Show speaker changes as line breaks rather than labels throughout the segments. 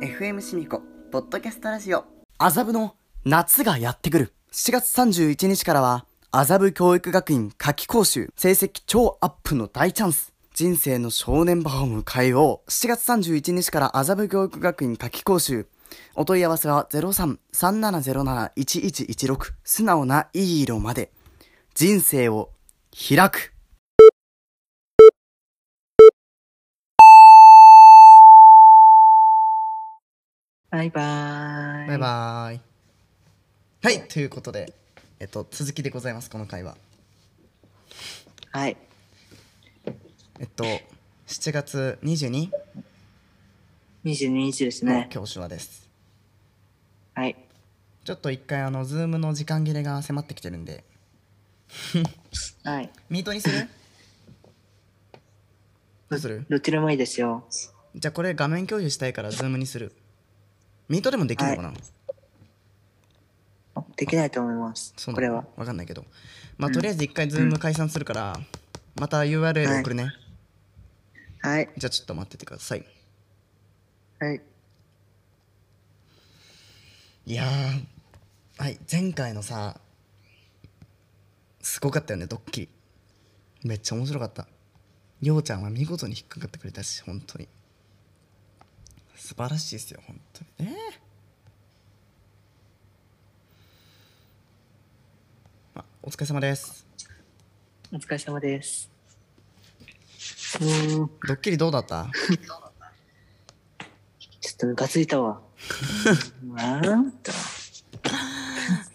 FM シミコポッドキャストラジオ
麻布の夏がやってくる。7月31日からは、麻布教育学院夏季講習、成績超アップの大チャンス。人生の正念場を迎えよう。7月31日から麻布教育学院夏季講習。お問い合わせは03-3707-1116素直ないい色まで。人生を開く。
バイバーイ
バイバーイ。はい、ということで、えっと、続きでございます、この会話。
はい
えっと、7月 22?
22日です
の
ね
教習話です。
はい
ちょっと一回あのズームの時間切れが迫ってきてるんで
はい
ミートにす るどうする
どっちでもいいですよ
じゃあこれ画面共有したいからズームにするミートでもできるのかな、
できないと思います
そう
こ
な
れ
の
は
わかんないけどまあとりあえず一回ズーム解散するから、また URL 送るね、
はい
じゃあちょっと待っててください
はい
いやーはい前回のさすごかったよねドッキリめっちゃ面白かったようちゃんは見事に引っかかってくれたし本当に素晴らしいですよ本当にねえあお疲れ様です
お疲れ様ですうーん
ドッキリどうだった
ちょっとムカつい たわなんと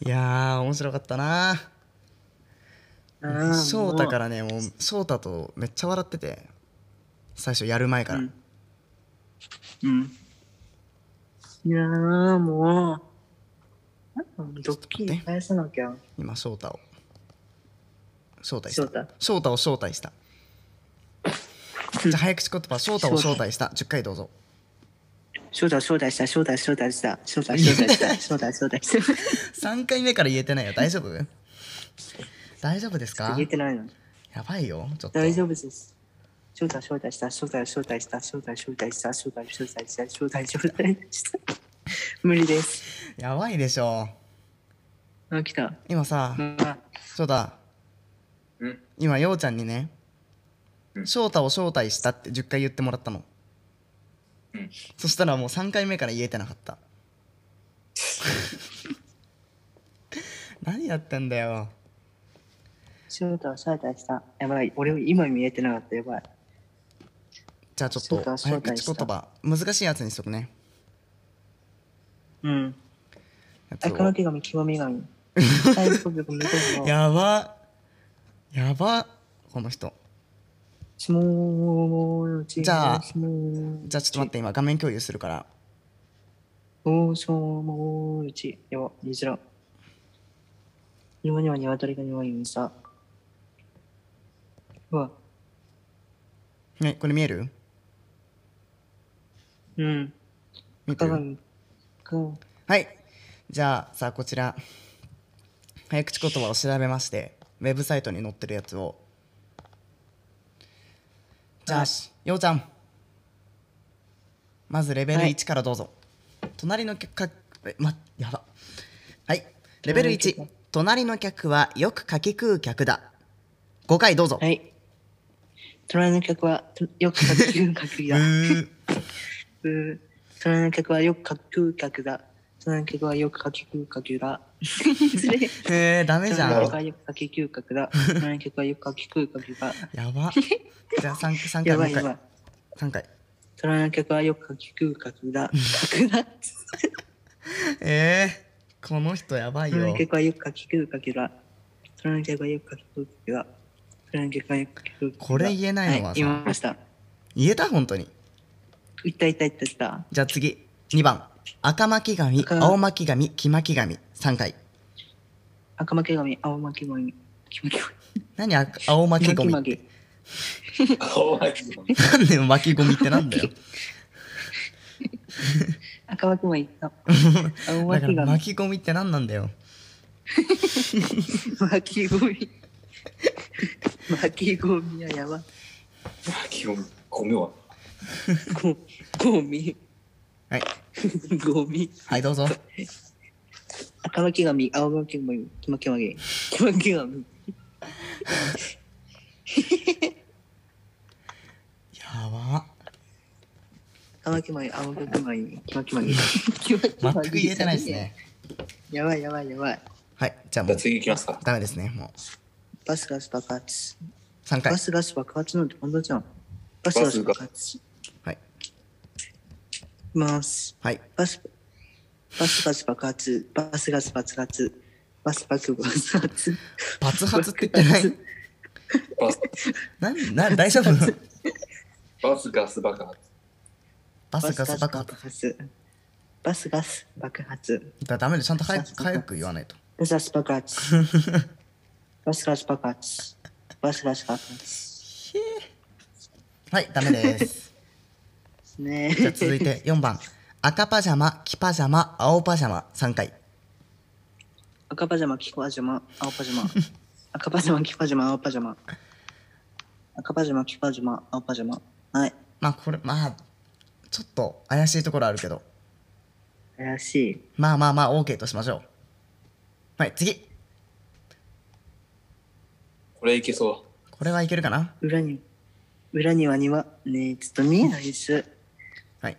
いやー面白かったな翔太かららねもう翔太とめっちゃ笑ってて最初やる前から、
うんうんいやーもうなんかドッキリ返さなきゃ
今翔太を招待し
翔
た
太
翔太を招待したじゃあ早口言 葉翔太を招待した10回どうぞ
招待招待した招待招待した招待招待した招待招 待した
3回目から言えてないよ大丈夫大丈夫ですか
言えてないの
やばいよちょっと
大丈夫です招待招待した招待招待した招待招待した招待招待した招待招待した無理です
やばいでしょ
あ来た
今さ
あ
翔太
うん
今ようちゃんにね
うん
翔太を招待したって10回言ってもらったの
うん
そしたらもう3回目から言えてなかった 何やってんだよ
招待招待したやばい俺今見えてなかったやばい
じゃあちょっ
そう
と
だ
早口言葉難しいやつにしとくね
うん
やつを
赤の手紙黄身神最高曲見てるの
やばやばこの人
しもーち
じゃあ
しもー
じゃあちょっと待って今画面共有するから
おしょうもうち。やば、言いづら。庭には鶏が庭にさ。うわ、
ねこれ見える
うん。
見てる
鏡。鏡。
はいじゃあさあこちら早口言葉を調べましてウェブサイトに載ってるやつをじゃ
は
あ
い
ようちゃんまずレベル
はい
1からどうぞ、隣の客かえまやばはいレベル1隣の客はよくかき食う客だ5回どうぞ、
はい。隣の客はとよく書く客だ。
う
う
ー
ー隣の客はよく書く客だ。隣の客はよく書く 客だ。
えー、ダメじ
隣
ゃ
の
ん
客はよく書く客だ。隣の客はよく書く客だ。
や ばじゃあ 3, 三回
や
も
ば
う
い
一
やば
回
い。
3回
隣の客はよく書く客だ。客だ。
えー、この人やばい
トラ
よ
ンケがよくかきくかけら。トランケがよくかきくかけら。トランケがよくかきくかけら。
これ言えないのはさ
い、言いました。
言えた本当に
いったいったいったいった。
じゃあ次2番赤巻紙
赤
青巻紙黄巻紙3回
赤巻き髪、青巻き髪、黄巻き
何あ青巻 き紙
髪。巻
な
き
んで巻き紙ってなんだよだか
赤巻き髪。 青巻き
ら
髪。
巻き紙って何なんだよ
巻き髪。巻き髪はやば。
基本米は
ゴゴミ。
はい。
ゴミ。
はい、どうぞ。
赤巻紙、青巻紙、黄巻紙、黄巻紙。
やば。
赤巻紙、青巻紙、黄 巻紙。黄
全
巻紙
く言えてないです。ね。
やばいやばいやばい。
はい、じゃあ
じ
も
ゃあ
う、
次行きますか。
ダメですね、もう。
バスガス爆発。
3回
バ。スガス爆発なんて本当じゃん。バスガス爆発。い
はい。
きます。
はい。
バス、バスガス爆発。バスガス爆発。バス爆発。
爆発って言ってない。
バス、
なん、なん、大丈夫
バスガス爆発。
バ
バ
ス
ス
ガ
ガ
ス
ス
爆
爆
発。
発。バスガス爆発。
だダメでちゃんと早く、早く言わないと。
バスガス爆発。バスガス爆発。バスガス爆発。
はい、ダメです。
ね
じゃあ続いて4番。赤パジャマ、黄パジャマ、青パジャマ、3回。
赤パジャマ、黄パジャマ、青パジャマ。赤パジャマ、黄パジャマ、青パジャマ。赤パジャマ、黄パジャマ、青パジャマ。はい。
まあこれ、まあ、ちょっと怪しいところあるけど。
怪しい。
まあまあまあ、OK としましょう。はい、次。
これいけそ
これはいけるかな
裏に、裏には庭。ねえ、ちょっと見えないです。
はい。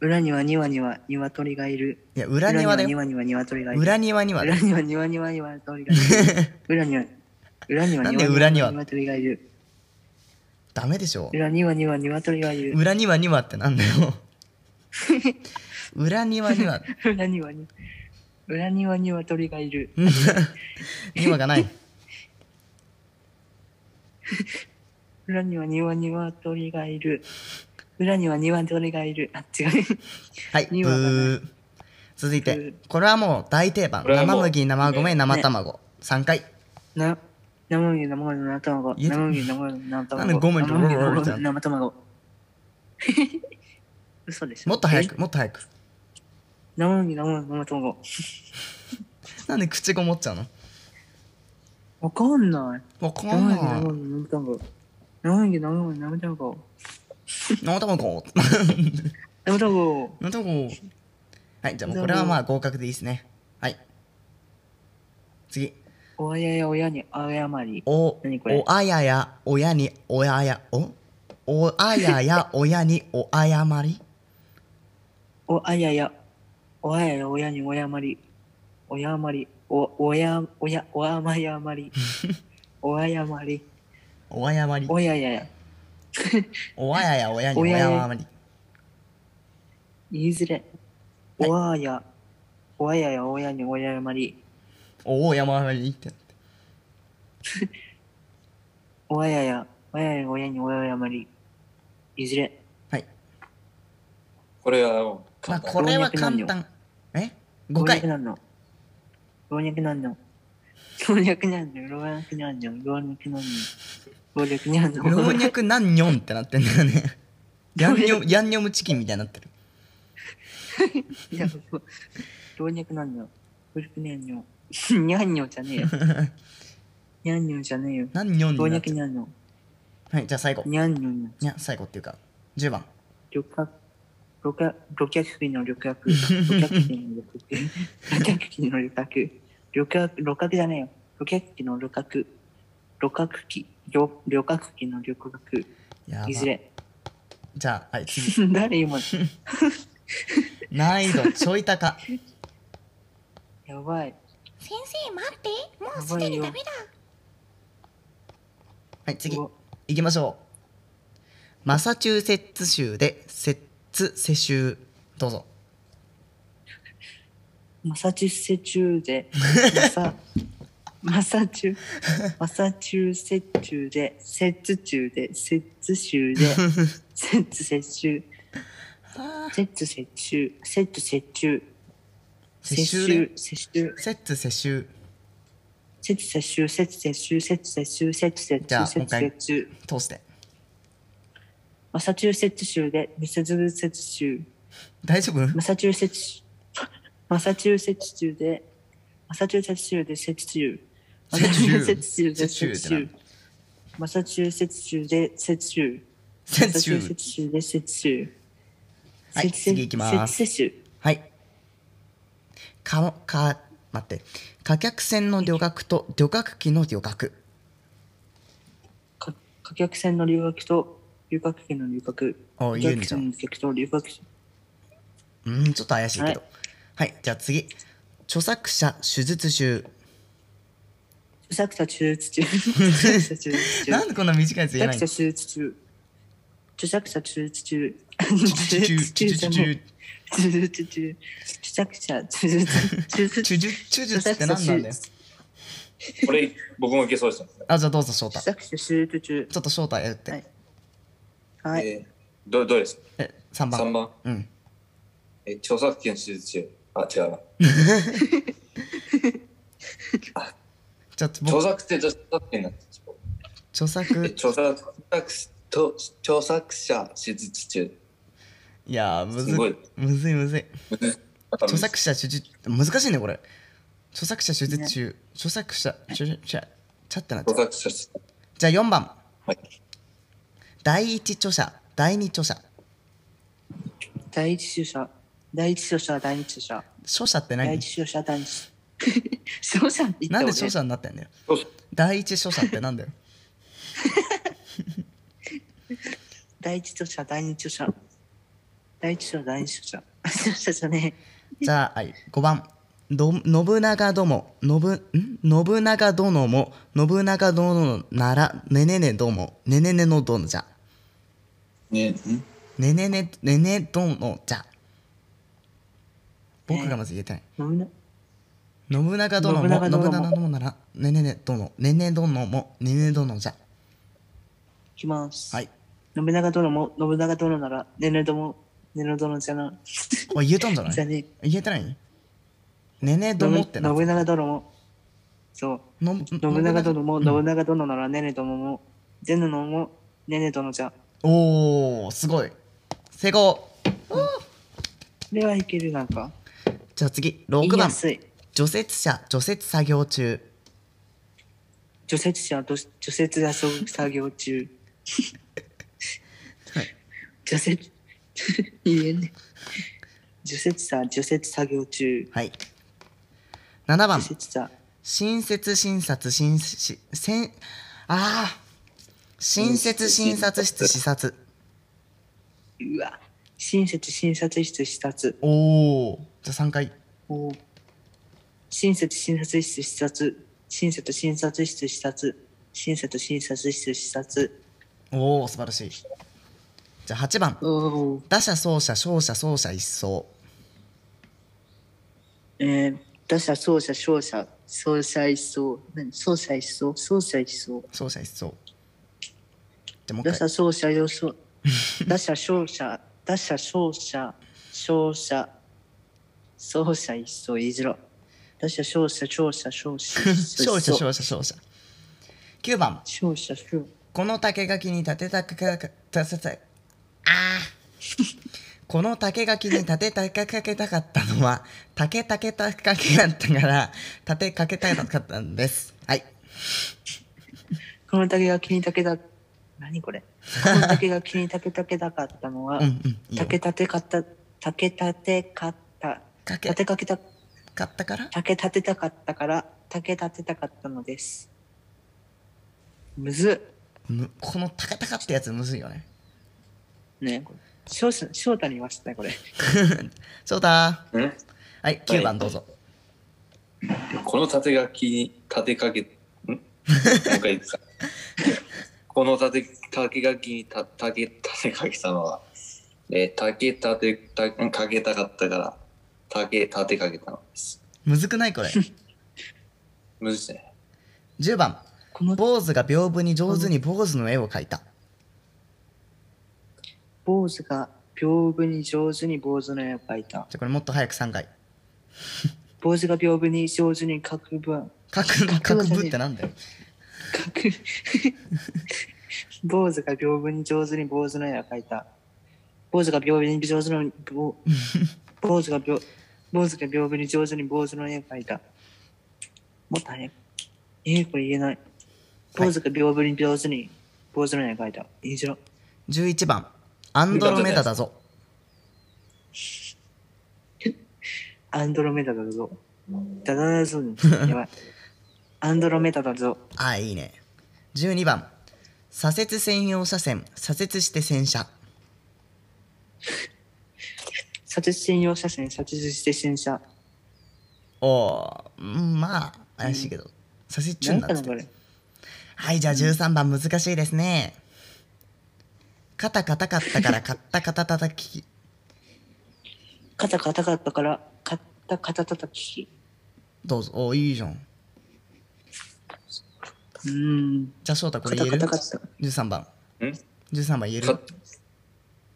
裏には庭には鶏がいる。
いや、裏庭だ
裏に
よ。
は庭には鶏がいる。
裏庭には
裏
ね。
には庭には鶏がいる。 裏には、裏には
なん
庭
で
に
裏には
は鶏がいる。
ダメでしょ。
裏には庭には鶏がいる。
裏庭にはってなんだよ。裏庭には、
裏にはに、裏には鶏がいる。
庭がない。
裏には庭には鳥がいる。裏には庭鳥がいる。あ、違う。
はい、ブ
庭がない
ー。続い
ブ
て
ー、
これはもう大定番。
これはも
生
う
麦、生米、生卵。3回。
な、生麦、生麦、生卵。
言え
生麦、生麦、生卵。
なんでごめん
生麦
ロロロロ
生麦生卵。 嘘でしょ。
もっと早
え。
く、もっと早く。
生麦、生麦、生卵。
なんで口ごもっちゃうの
わかんない。
わか
生
ん
麦、生
ない。
麦、生卵。生麦、生麦、生卵。
生卵。
生卵。
生卵。はい、じゃあもうこれはまあ合格でいいですね。はい。次。
おやや親に謝り。
お、
何これ
おあやや、親に、おやや、おおあや や、親に、おあやまり
おあやや、おあやや親におやまり、おやまり、お、おや、おや、おあまやまり、おあやまり、
おあやまり。
おややや、
おあやや、親に、お
おやや
やまり。
言いずれ、
はい
おあや、おあやや親におやまり、
おおやままりって。
おあやや、おあやや親におやまり、いずれ、
はい。
う。これはもう
まあ、
簡単
これは簡単。え ?5
老若
回。
男女。老若男女。老若男女、老若男女、老若男女。老若男女。
老若男女ってなってんだよね。 ヤンニョム、ヤンニョムチキンみたいになってる。
いや、もう老若男女、古くねんよ。にゃんにょじゃねえよ。にゃんにょじゃねえよ。
何にょん
老
になっ
若
てる
にゃんの、
はい、じゃあ最後。
にゃんにょの、
いや、最後っていうか、10番。
旅客、旅客、旅客機の旅客、旅客機の旅客、旅客機の旅客、旅客、旅客じゃねえよ。旅客機の旅客、旅客機、旅旅客機の旅客、
やば
いずれ。
じゃあ、はい、次。
誰今、
難易度ちょい高。
やばい。
先生待ってもう
や
す
ば
で
い
に
よ
ダメだ
はい、次。
うわ
行きましょう。マサチューセッツ州で、セッツ世州。どうぞ。
マサチューセ州で、マサ、マサチュ、マサチューセ州で、セッツ州で、セッツ州で、セッツセ州、セッツセ州、セッツセ州、セ
世州で、。
州セ州、
セッツ世州。
セッツセ州、セッツセ州、セッツセ州、セッツセ
じゃあ
州、セッツ
もう
セ
一
州、
通して。
マサチューセ州で、ミスズルセ州、
大丈夫
マサチューセッツ、マサチューセッツ州で、マサチューセッツ州でセッツ州、マサチューセッツ州でセッ
セッツ州っ
ツ
て
州、マサチューセッツ州でセッツ州、
セ
マ
ッ
サ
ツ
チューセッ
州
ツ。州でセッツ州、
はい
節
次行きます
節節種
はい。かも、か、待って。貨客船の旅客と旅客機の旅客。
か貨客船の留学と留学券の留学
お
旅
言うん
客
じゃん
船の客と留学
うーん、ちょっと怪しいけど。はい、じゃあ次。著作者、手術集。
著作者手術中著作者手術中
なんでこんな短いやつ言え
著
ない
作者
の
手術中著作者手術中
手術中、手術中、
手術中著作者手術中
手術手術って何なんだよ。
これ、僕もいけそうですね。
あ、じゃあどうぞ、翔
著
太。
作者手術中
ちょっと翔太やって。
はいはい
えー、どどうです
え、3番。
三番。
うん。
えー、著作権手術中。あ、違うな。
じゃあ
著
僕、
作って著作権なんですよ。
著
え
作、
著作、著作著作者手術中。
いやー、むず
すごい
むずいむずい。著
著
作者手術難しいねこれ著作者手術中、著作者ちょちょちゃちゃってなっちゃ
著
う
作者手術
じゃあ4番
はい。
第一著者第二著者
第一主者第一著者第二著者
著者って
第
何
一著者第二著者著者って言った
なんで
よね
著者になってんだよ
著者
第一著者ってなんだ よ
第一著者第二著者第一著者第二著者著者じゃねえ
じゃあ、はい、5番ど信長ども信ん信長殿も信長殿ならねねねどもねねねのどのじゃ
ね、ん
ねねねねねどのじゃ僕がまず言えてない
信長
信長殿も信長
信長殿も
殿ならねねね殿ねね殿もねね殿じゃ
いきます
はい
信長殿も信長殿ならねねどもねね殿じゃな
お言えたんじゃな
じゃ
い
ねえ
言えてないねね殿って
信
なの
長殿もそう
の
信長殿も
うん
信長殿ならねねどももゼヌノもねね殿じゃ
おおすごい成功
これはいけるなんか
じゃあ次
言
6
いや
番
すい
除雪車除雪作業中
除雪車と除雪や作業中除雪言えね除雪車除雪作業中
はい7
除
番
雪車
親切診察診しせんあー親切診察室視察
うわ親切診察室視察
おおじゃあ3回
おー親切診察室視察親切診察室視察親切診察室視察
おお素晴らしいじゃあ8番
おおー
打者走者勝者走者一掃
えー、打者走者勝者走者一掃何走者一掃走者一掃
走者一掃じゃあもう
打
一
者
回
走者予想 打者勝者打者勝者勝者走者一掃言いづら打者勝者勝者勝者
勝者
勝
勝者勝者9番
勝者勝
この竹垣に立てたかかかたたたあーこの竹垣に立てたかかけたかったのは竹竹たかけだったから立てかけたかったんですはい
この竹が気にたけだ何これこの竹が気にたけたけだかったのは
うんうんいいよ
竹立てかった竹立てかった
かけ
立てかけた
買ったから
竹立てたかったから竹立てたかったのですむずっ
むこのタカタカってやつむずいよね
ねこれ翔さん翔太に言わせたいこれ
そうだ
ん
はい9番どうぞ、
この縦書きに立てかけ、んもう一回いい ですか。この縦縦書きにた竹立てかけたのは、えー、竹立てたかけたかったから、竹立てかけたのです。
むずくないこれ
むずいですね。
10番
この
坊主が屏風に上手に坊主の絵を描いた
坊主が屏風に上手に坊主の絵を描いた
じゃあこれもっと早く3回
坊主が屏風に上手に描く分
描く
くの
描くってなんだよ
描く 坊主が屏風に上手に坊主の絵を描いた坊主が屏風に上手の 坊坊主が屏坊主が屏風に上手に坊主の絵を描いたもっと早くえー、これ言えない坊主が屏風に上手に坊主の絵を描いた言いづら
11番アンドロメダだぞ
アンドロメダだぞ。ダダ ダぞ。やばい。アンドロメダだぞ。
あいいね12番左折専用車線左折して洗車
左折専用車線、左折して洗車。
おーうんまあ怪しいけど左折中
なん
にな
か
っ
な
て
これ
て。はいじゃあ13番難しいですねカタカタカった からカッタカタタタキ
肩硬かったから、肩肩叩き。
どうぞおーいいじゃん
うーん。
じゃあ翔太これ
肩
言える
硬かった。
13番
ん
13番言える
か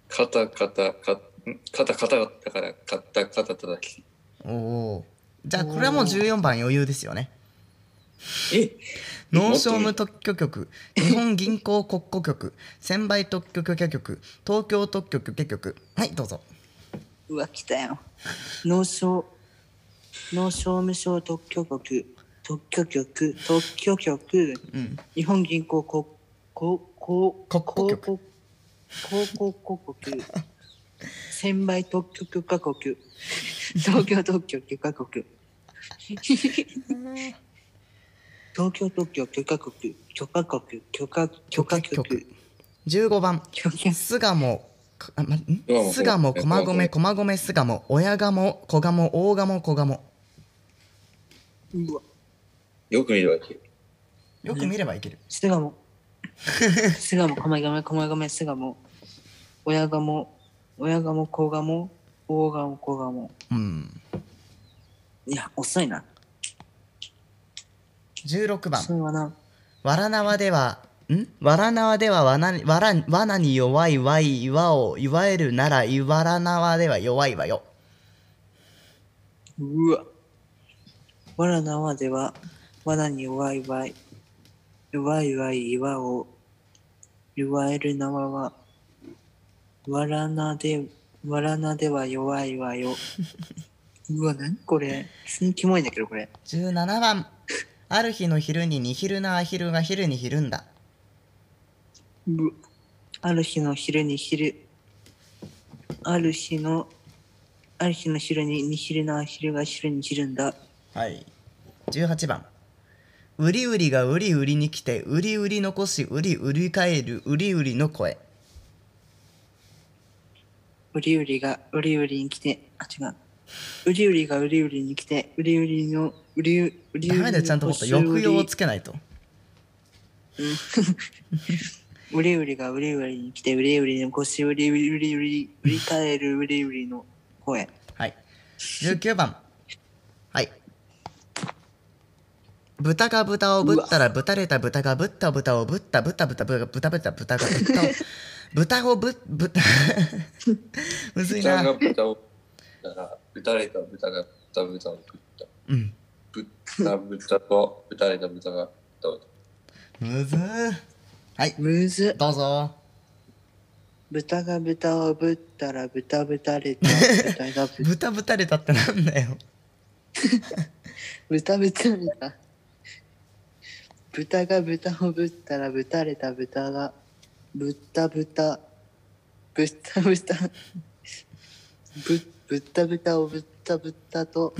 カタカタカんカタカタだったからカタカタ叩き
おおーじゃあこれはもう14番余裕ですよね
え
農商務特許局日本銀行国庫局専売特許許可局東京特許許可局はいどうぞ
うわ、来たよ。農商、農商務省特許局、特許局、特許局、
うん
日本銀行国、こ、こ、
国庫局
こ、広告広告、千倍特許許可国、東京特許許可国、東京特許許可国、許可国、許可、許可局、
15番
許可
巣鴨かあまん
巣鴨
巣鴨駒込駒込巣鴨親鴨子鴨大鴨子鴨
うわ、
よく見ればいける
よく見ればいける
巣鴨、巣鴨、駒込、駒込、巣鴨、親鴨、親鴨、子鴨、大鴨、子鴨。
うん
いや、遅いな。
16番
それはな。
わら縄では、んわら縄ではわな、わら、わなに弱いわいわを、いわゆるなら、いわら縄では弱いわよ。
うわ。わら縄では、わらに弱いわい。弱いわい岩を、弱える縄は、わらなで、わらなでは弱いわよ。うわ、なにこれ。普通にキモいんだけど、これ。
17番。ある日の昼ににひるなあひるが昼にひるんだ。
うわある日の昼に昼、ある日の、ある日の昼に、に昼な昼が昼に昼んだ。
はい。18番。うりうりがうりうりに来て、うりうり残し、うりうり返る、うりうりの声。
ウリウリがウリウリに来て、あ、違う。ウリウリがウリウリに来て、ウリウリの、ウリウウリウ
ダ
リ
メだよ、ちゃんともっと抑揚をつけないと。
ウリウリがウリウリに来て、ウリウリの腰、ウリウリウリウリ、ウリカエルウリウリの声。
はい。19番。はい。豚が豚をぶったらぶたれた豚がぶった豚をぶったぶった豚ぶ豚豚豚がぶったを豚をぶっぶった むずい
豚が
な。
豚をだから打たれた豚が豚豚を食った
うん。
豚豚と打たれた豚が豚を
むずー。はい。
むずっ。
どうぞ。
豚が豚をぶったら豚ぶたれた。豚がぶ
豚ぶたれたってなんだよ。
豚ぶたれた。豚が豚をぶったらぶたれた豚が、ぶったぶた、ぶったぶた、ぶ、ぶったぶたをぶったぶったと、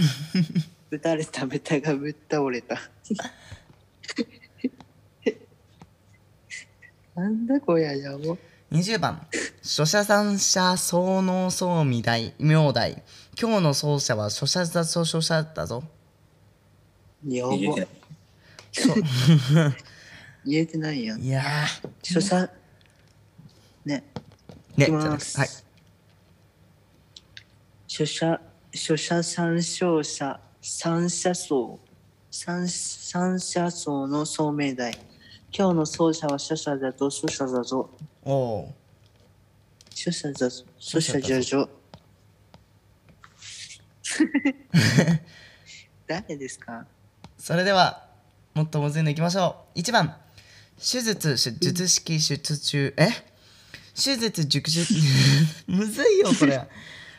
ぶたれた豚がぶった折れ た。なんだこりゃやも。
20番。諸社三社総能総未大明大。今日の奏者は諸社だぞ諸社だぞ。
やば。
言えてない
言えてないやん。
いやー。
所作、ね。
ね、
いき
じゃな
ま
くて
す。
はい。
書写、書写三商社、三社層、三三社層の聡明大。今日の奏者は書写だぞ、書写だぞ、
おおー。
書写だぞ、書写じゃ じょ。誰ですか
それではもっともずいのいきましょう1番手術手術式手術中え手術熟術 むずいよこれ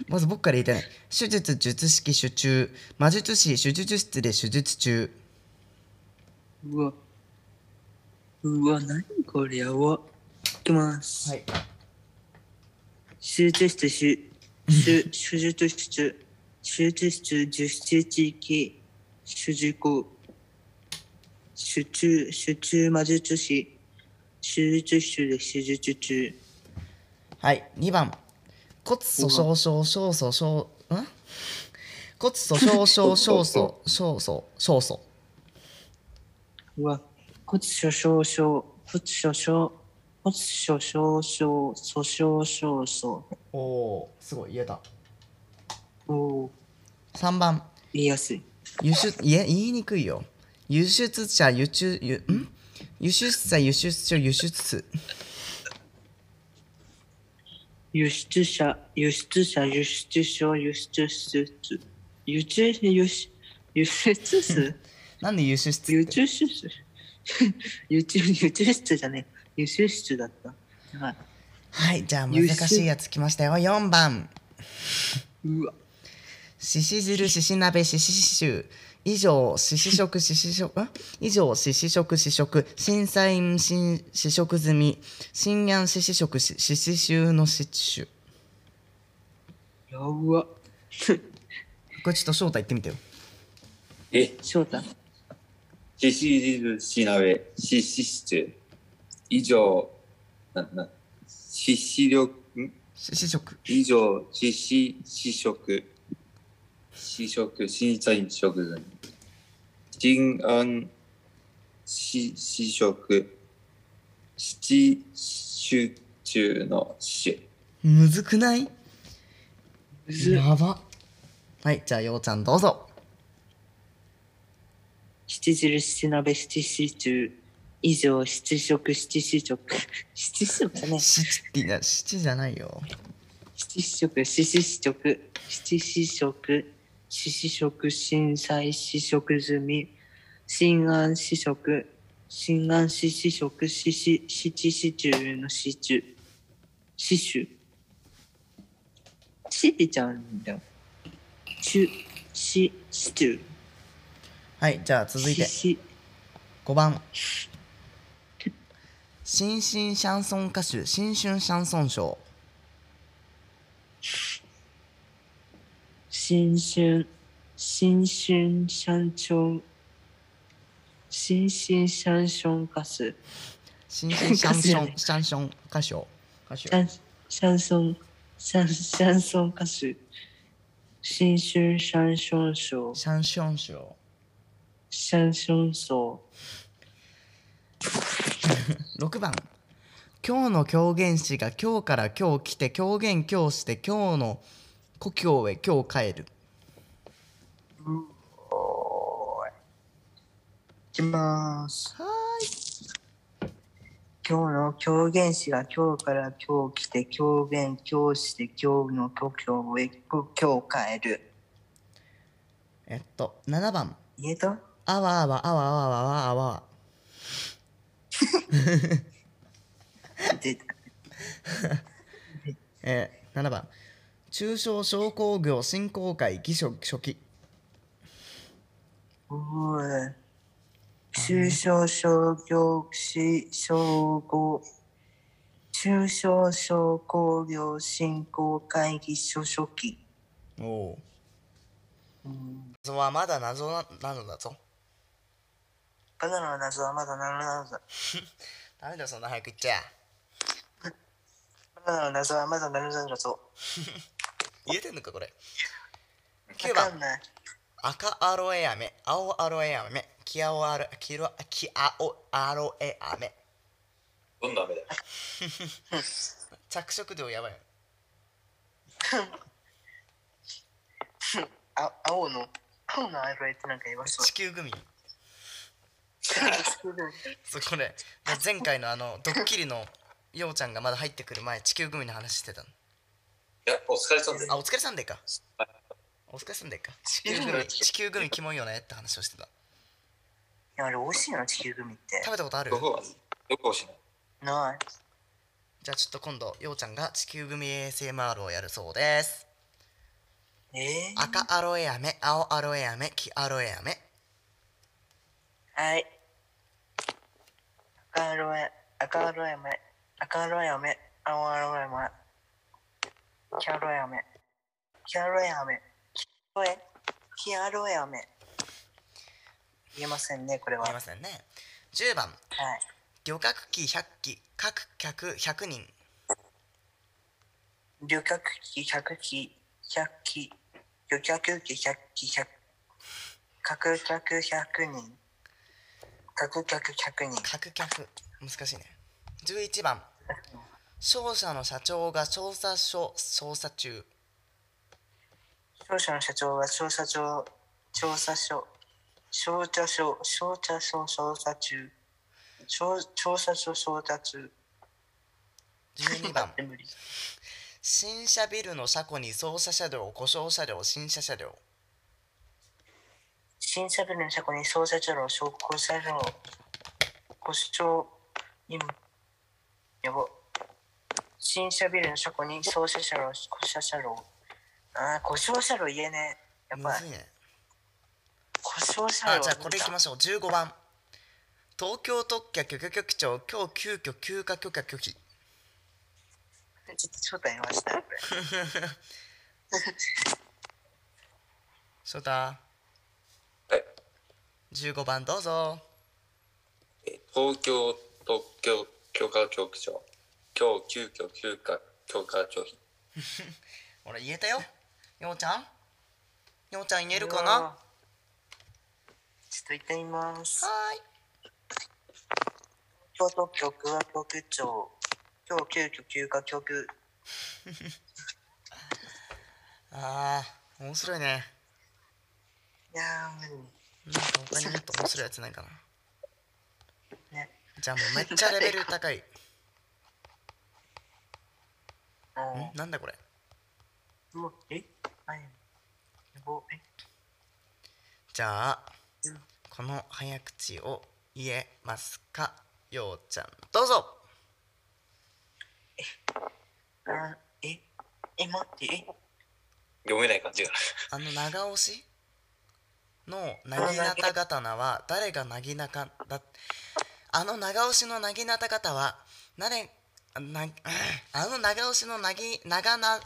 まず僕から言いたいね手術術式手中魔術師手術室で手術中
うわ。うわ、何これやば。いきます。
はい
手術室手手手術室手術実施地域、手術、手中、手中魔術師、手術室で手術中、
はい、2番。骨粗鬆症症素症、ん骨粗鬆症症素症素症素。
うわ、骨粗鬆症、骨粗鬆、骨粗鬆症、粗鬆症症。
おおー、すごい、言えた。
おお、
3番。
言いやすい。
輸出、いえ、言いにくいよ。輸出者、輸出、輸、ん輸出者、輸出者、輸出。
輸出者、輸出者、輸出症、輸出室、輸出、輸出、輸出室
なんで輸出室
輸出 室輸出、輸出室じゃねえ。輸出室だった。やばい
はい、じゃあ難
輸出
しいやつ来ましたよ。4番。
うわ、
しし汁、しし鍋、しししゅう。以上、しし食、しし食、ん以上、しし食、し食、審査員、しん、試食済み、新案、しし食、しししゅうのししゅう。
やば。
これちょっと翔太言ってみてよ。
え、
翔太。
シシジルシナベ、シシシチュ。以上、な、な、シシ力、ん
しし食。
以上、シシ、シ食。シ食、審査員食済み。新安、シ、シ食。七、集中のシ。
むずくない
むずっ
やば。はい、じゃあ、ようちゃんどうぞ。
七汁七鍋七四中以上七食七四食七食だね
しちっていや、しちじゃないよ。
七食七四食七四食七四食震災四食済み新安四食新安四四食四四七四中の四中四種四って言っちゃうんだよ中四四中
はい、じゃあ続いて
四。四
5番新進シャンソン歌手新春シャンソン賞
新春、新春シャンション、新春シャンション歌手、
新進シャンソ
歌手やね
ンシャンソン歌手歌
シャ
手
ンシャンソン、シャンシャンソン歌手、新春シャンション賞、
シャンション賞
シャンション賞、
6番今日の狂言師が今日から今日来て狂言今日して今日の故郷へ今日帰る
いきます。今日の狂言師が今日から今日来て、狂言今日して、今日の故郷へ今日帰る。
えっと7番
言えた
あわあわあわあわあわあわあわ
出た
えー、7番中小商工業振興会議所書記
おい。中小商業し商工中小商工業振興会議所書記。
おお謎はまだ謎ななのだぞ
バナナの謎はまだ謎なのだ。
ダメだよそんな早く言っちゃ
バナナの謎はまだ謎なのだぞ。
言えてんのかこれ9
わか
番
んない。
赤アロエ飴青アロエ飴黄青アロ黄色黄青アロエ飴
どんな目だよ。
着色料やばいよ
あ、青の、青のアイブレってなんか言いまし た
地。球グミ
地
そうこれ前回のあのドッキリのようちゃんがまだ入ってくる前地球グミの話してたの
いや、お疲れ様です。
あお疲れさんでかお疲れさんでか地球グミ地球グミキモいよねって話をしてた
あれ美味しいな、地球グミって
食。べたことある
どこが、どこがしない
ない。
じゃあちょっと今度ようちゃんが地球グミ ASMR をやるそうです
えー、
赤アロエ飴、青アロエ飴、黄アロエ飴。
はい。赤アロエ、赤アロエめ、赤アロエめ、青アロエめ、黄アロエめ、黄アロエめ、ロエヒアロエ飴言えませんねこれは
あり
は
ま
い
せんね10番旅客機100機各客100人
旅客機100機100機旅客機100機100各客100人各客100人
各客難しいね11番商社の社長が調査所捜査中
商社の社長は調査庁調査所商社所商社所調査中調調査所調査中
12番
無理
新車ビルの車庫に捜査車両故障車両新車車両
新車ビルの車庫に捜査車両、証拠車両、故障、今、やば。新車ビルの車庫に捜査車両、故障車両。ああ、故障車両言えねえ。や
む
ば
ずい
い。
ね
故障車
あ
両。
じゃあこれいきましょう15番東京特許許可局長今日急遽休暇許可拒否
ちょっと正体言いましたね、これ。
翔太
はい。
15番どうぞ
え東京特許許可局長、今日急遽休暇許可拒否。
ほら言えたよようちゃんようちゃん言えるかなは
ちょっと行ってみます。
ーい
京都局は局長。今日急遽休暇局。
あー面白いね
いやー、無
なんか他にもっと面白いやつないかな
理。ね。
じゃあもうめっちゃレベル高い
うん
んなんだこれ
もう、えはい。やばえ
じゃあ
うん
この早口を言えますかようちゃんどうぞ
あええ、待って、え
読めない感じが。
あの長押しの「なぎなた刀」は誰がなぎなかだあの長押しの「なぎなた刀」は誰あな あの長押しのなぎ長な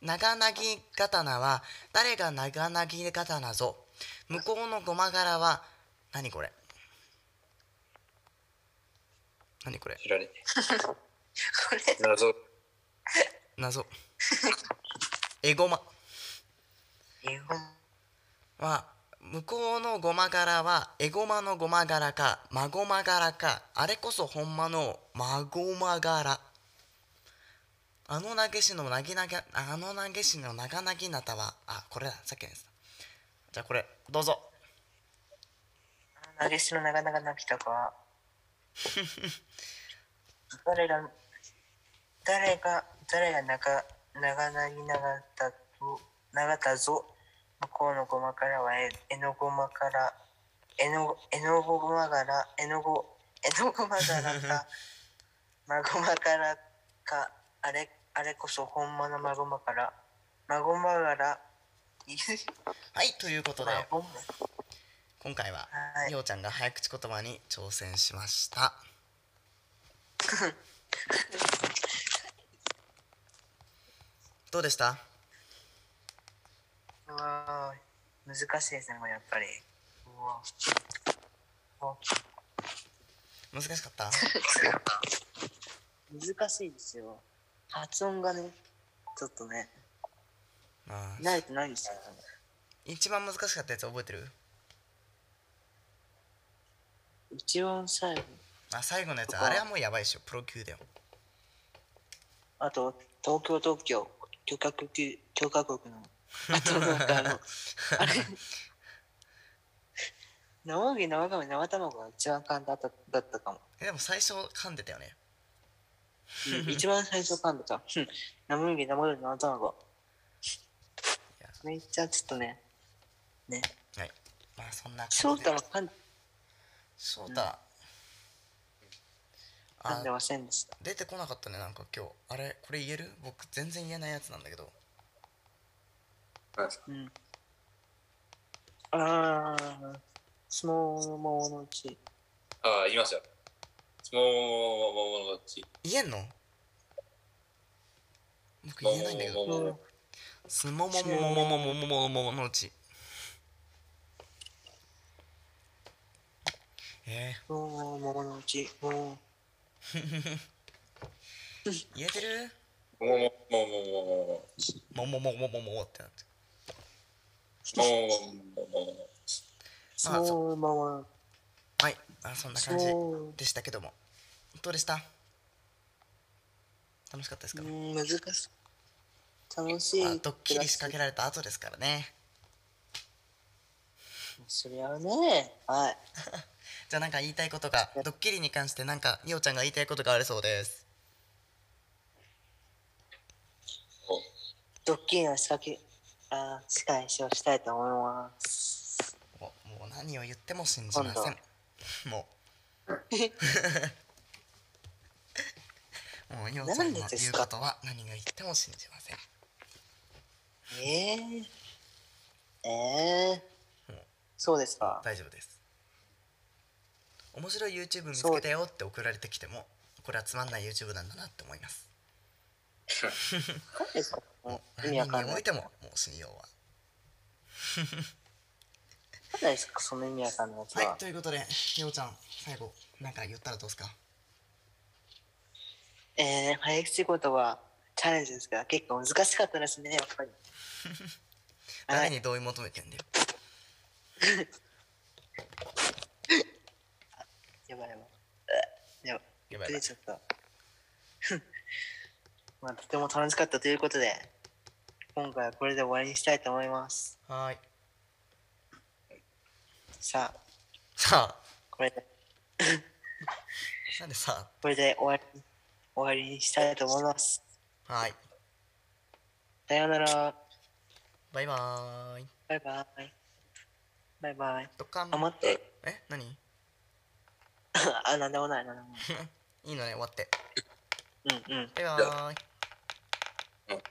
長なぎ刀は誰が長なぎ刀ぞ向こうのごま柄は何これ何これ
知られね
これ
え。謎。
謎えごま
英語
は向こうのごま柄はエゴマのごま柄かまごま柄かあれこそほんまのまごま柄あの投げ師のなぎなぎあの投げ師のながなぎなたはあこれださっきのやつだじゃあこれどうぞ
投げしの長々なきたか誰が誰が誰が長長なぎながったと長田ぞ向こうのごまからはええのごまからえのえのごまからえのごえのごまからかまごまからかあれあれこそほんまのまごまからまごまから
はいということで
まごま
今回は
はい
ようちゃんが早口言葉に挑戦しま したどうでした
うわー難しいですね、これやっぱり。うわうわ
難しか った
難しいですよ。発音がね、ちょっとね、
まあ
慣れてないんですよ。
一番難しかったやつ覚えてる
一音最後。
あ最後のやつ
ここ
あれはもうやばいでしょプロ級だよ
あと、東京特許、許可国、許可国の。あと、なんかあの、あれ。生麦、生米、生卵が一番簡単だっただったかも。
えでも最初噛んでたよね
うん一番最初噛んでた。うん生麦、生米、生卵
いや。
めっちゃちょっとね、ね。
はいまあそんな
翔
感じで
太は噛ん
翔太あ
噛んでませんでした。
出てこなかったねなんか今日あれこれ言える僕全然言えないやつなんだけど
うん。ああ、スモモのうち。
ああ、言いましたよ。もう、もう、もう、もう、もう、
言えんの僕言えないんだけど
もう、もう、もう、
すももももももももももものうちえ
もう桃のうちも
ー、言えてる
ももももも
も
もも
ももももももってなって
もももも
う
まあそ
もう桃
はいあそんな感じ
そう
でしたけどもどうでした楽しかったですか、
うん難しい楽しい
あドッキリ仕掛けられた後ですからね
そりゃあねはい
じゃあなんか言いたいことがドッキリに関してなんかようちゃんが言いたいことがあるそうです
ドッキリの仕掛けあー仕返しをしたいと思います
もうもう何を言っても信じません
今
も うもうようちゃ
なん
ん
で
の
で
言
す
う
か
ことは何が言っても信じません
えー、えー、そうですか
大丈夫です面白い YouTube 見つけたよって送られてきてもこれはつまんない YouTube なんだなって思います
何ですかもう意
何
味わか
に
んな
おい
い
てももう信用は
何ですかその意味わかんないやつは、
はいということでようちゃん最後なんか言ったらどうですか
えー、早口言葉チャレンジですが結構難しかったですねやっ ぱりは
誰
い
に同意求めてんだよ
やばいやばいえやばい
やばいやば
出て
い
ちゃった。 まあ、とても楽しかったということで、今回はこれで終わりにしたいと思います。
はーい
さあ、
さあ
これで、
なんでさ
これで終わり、終わりにしたいと思います。
あはーい
さようなら。
バイバーイ
バイバイ。バイ バイ。
ドカン
あ、待って。
え何
あ、なんでもない、なんでもない Ừ,
いいのね終わって。
うんうん。
バイバーイ
うん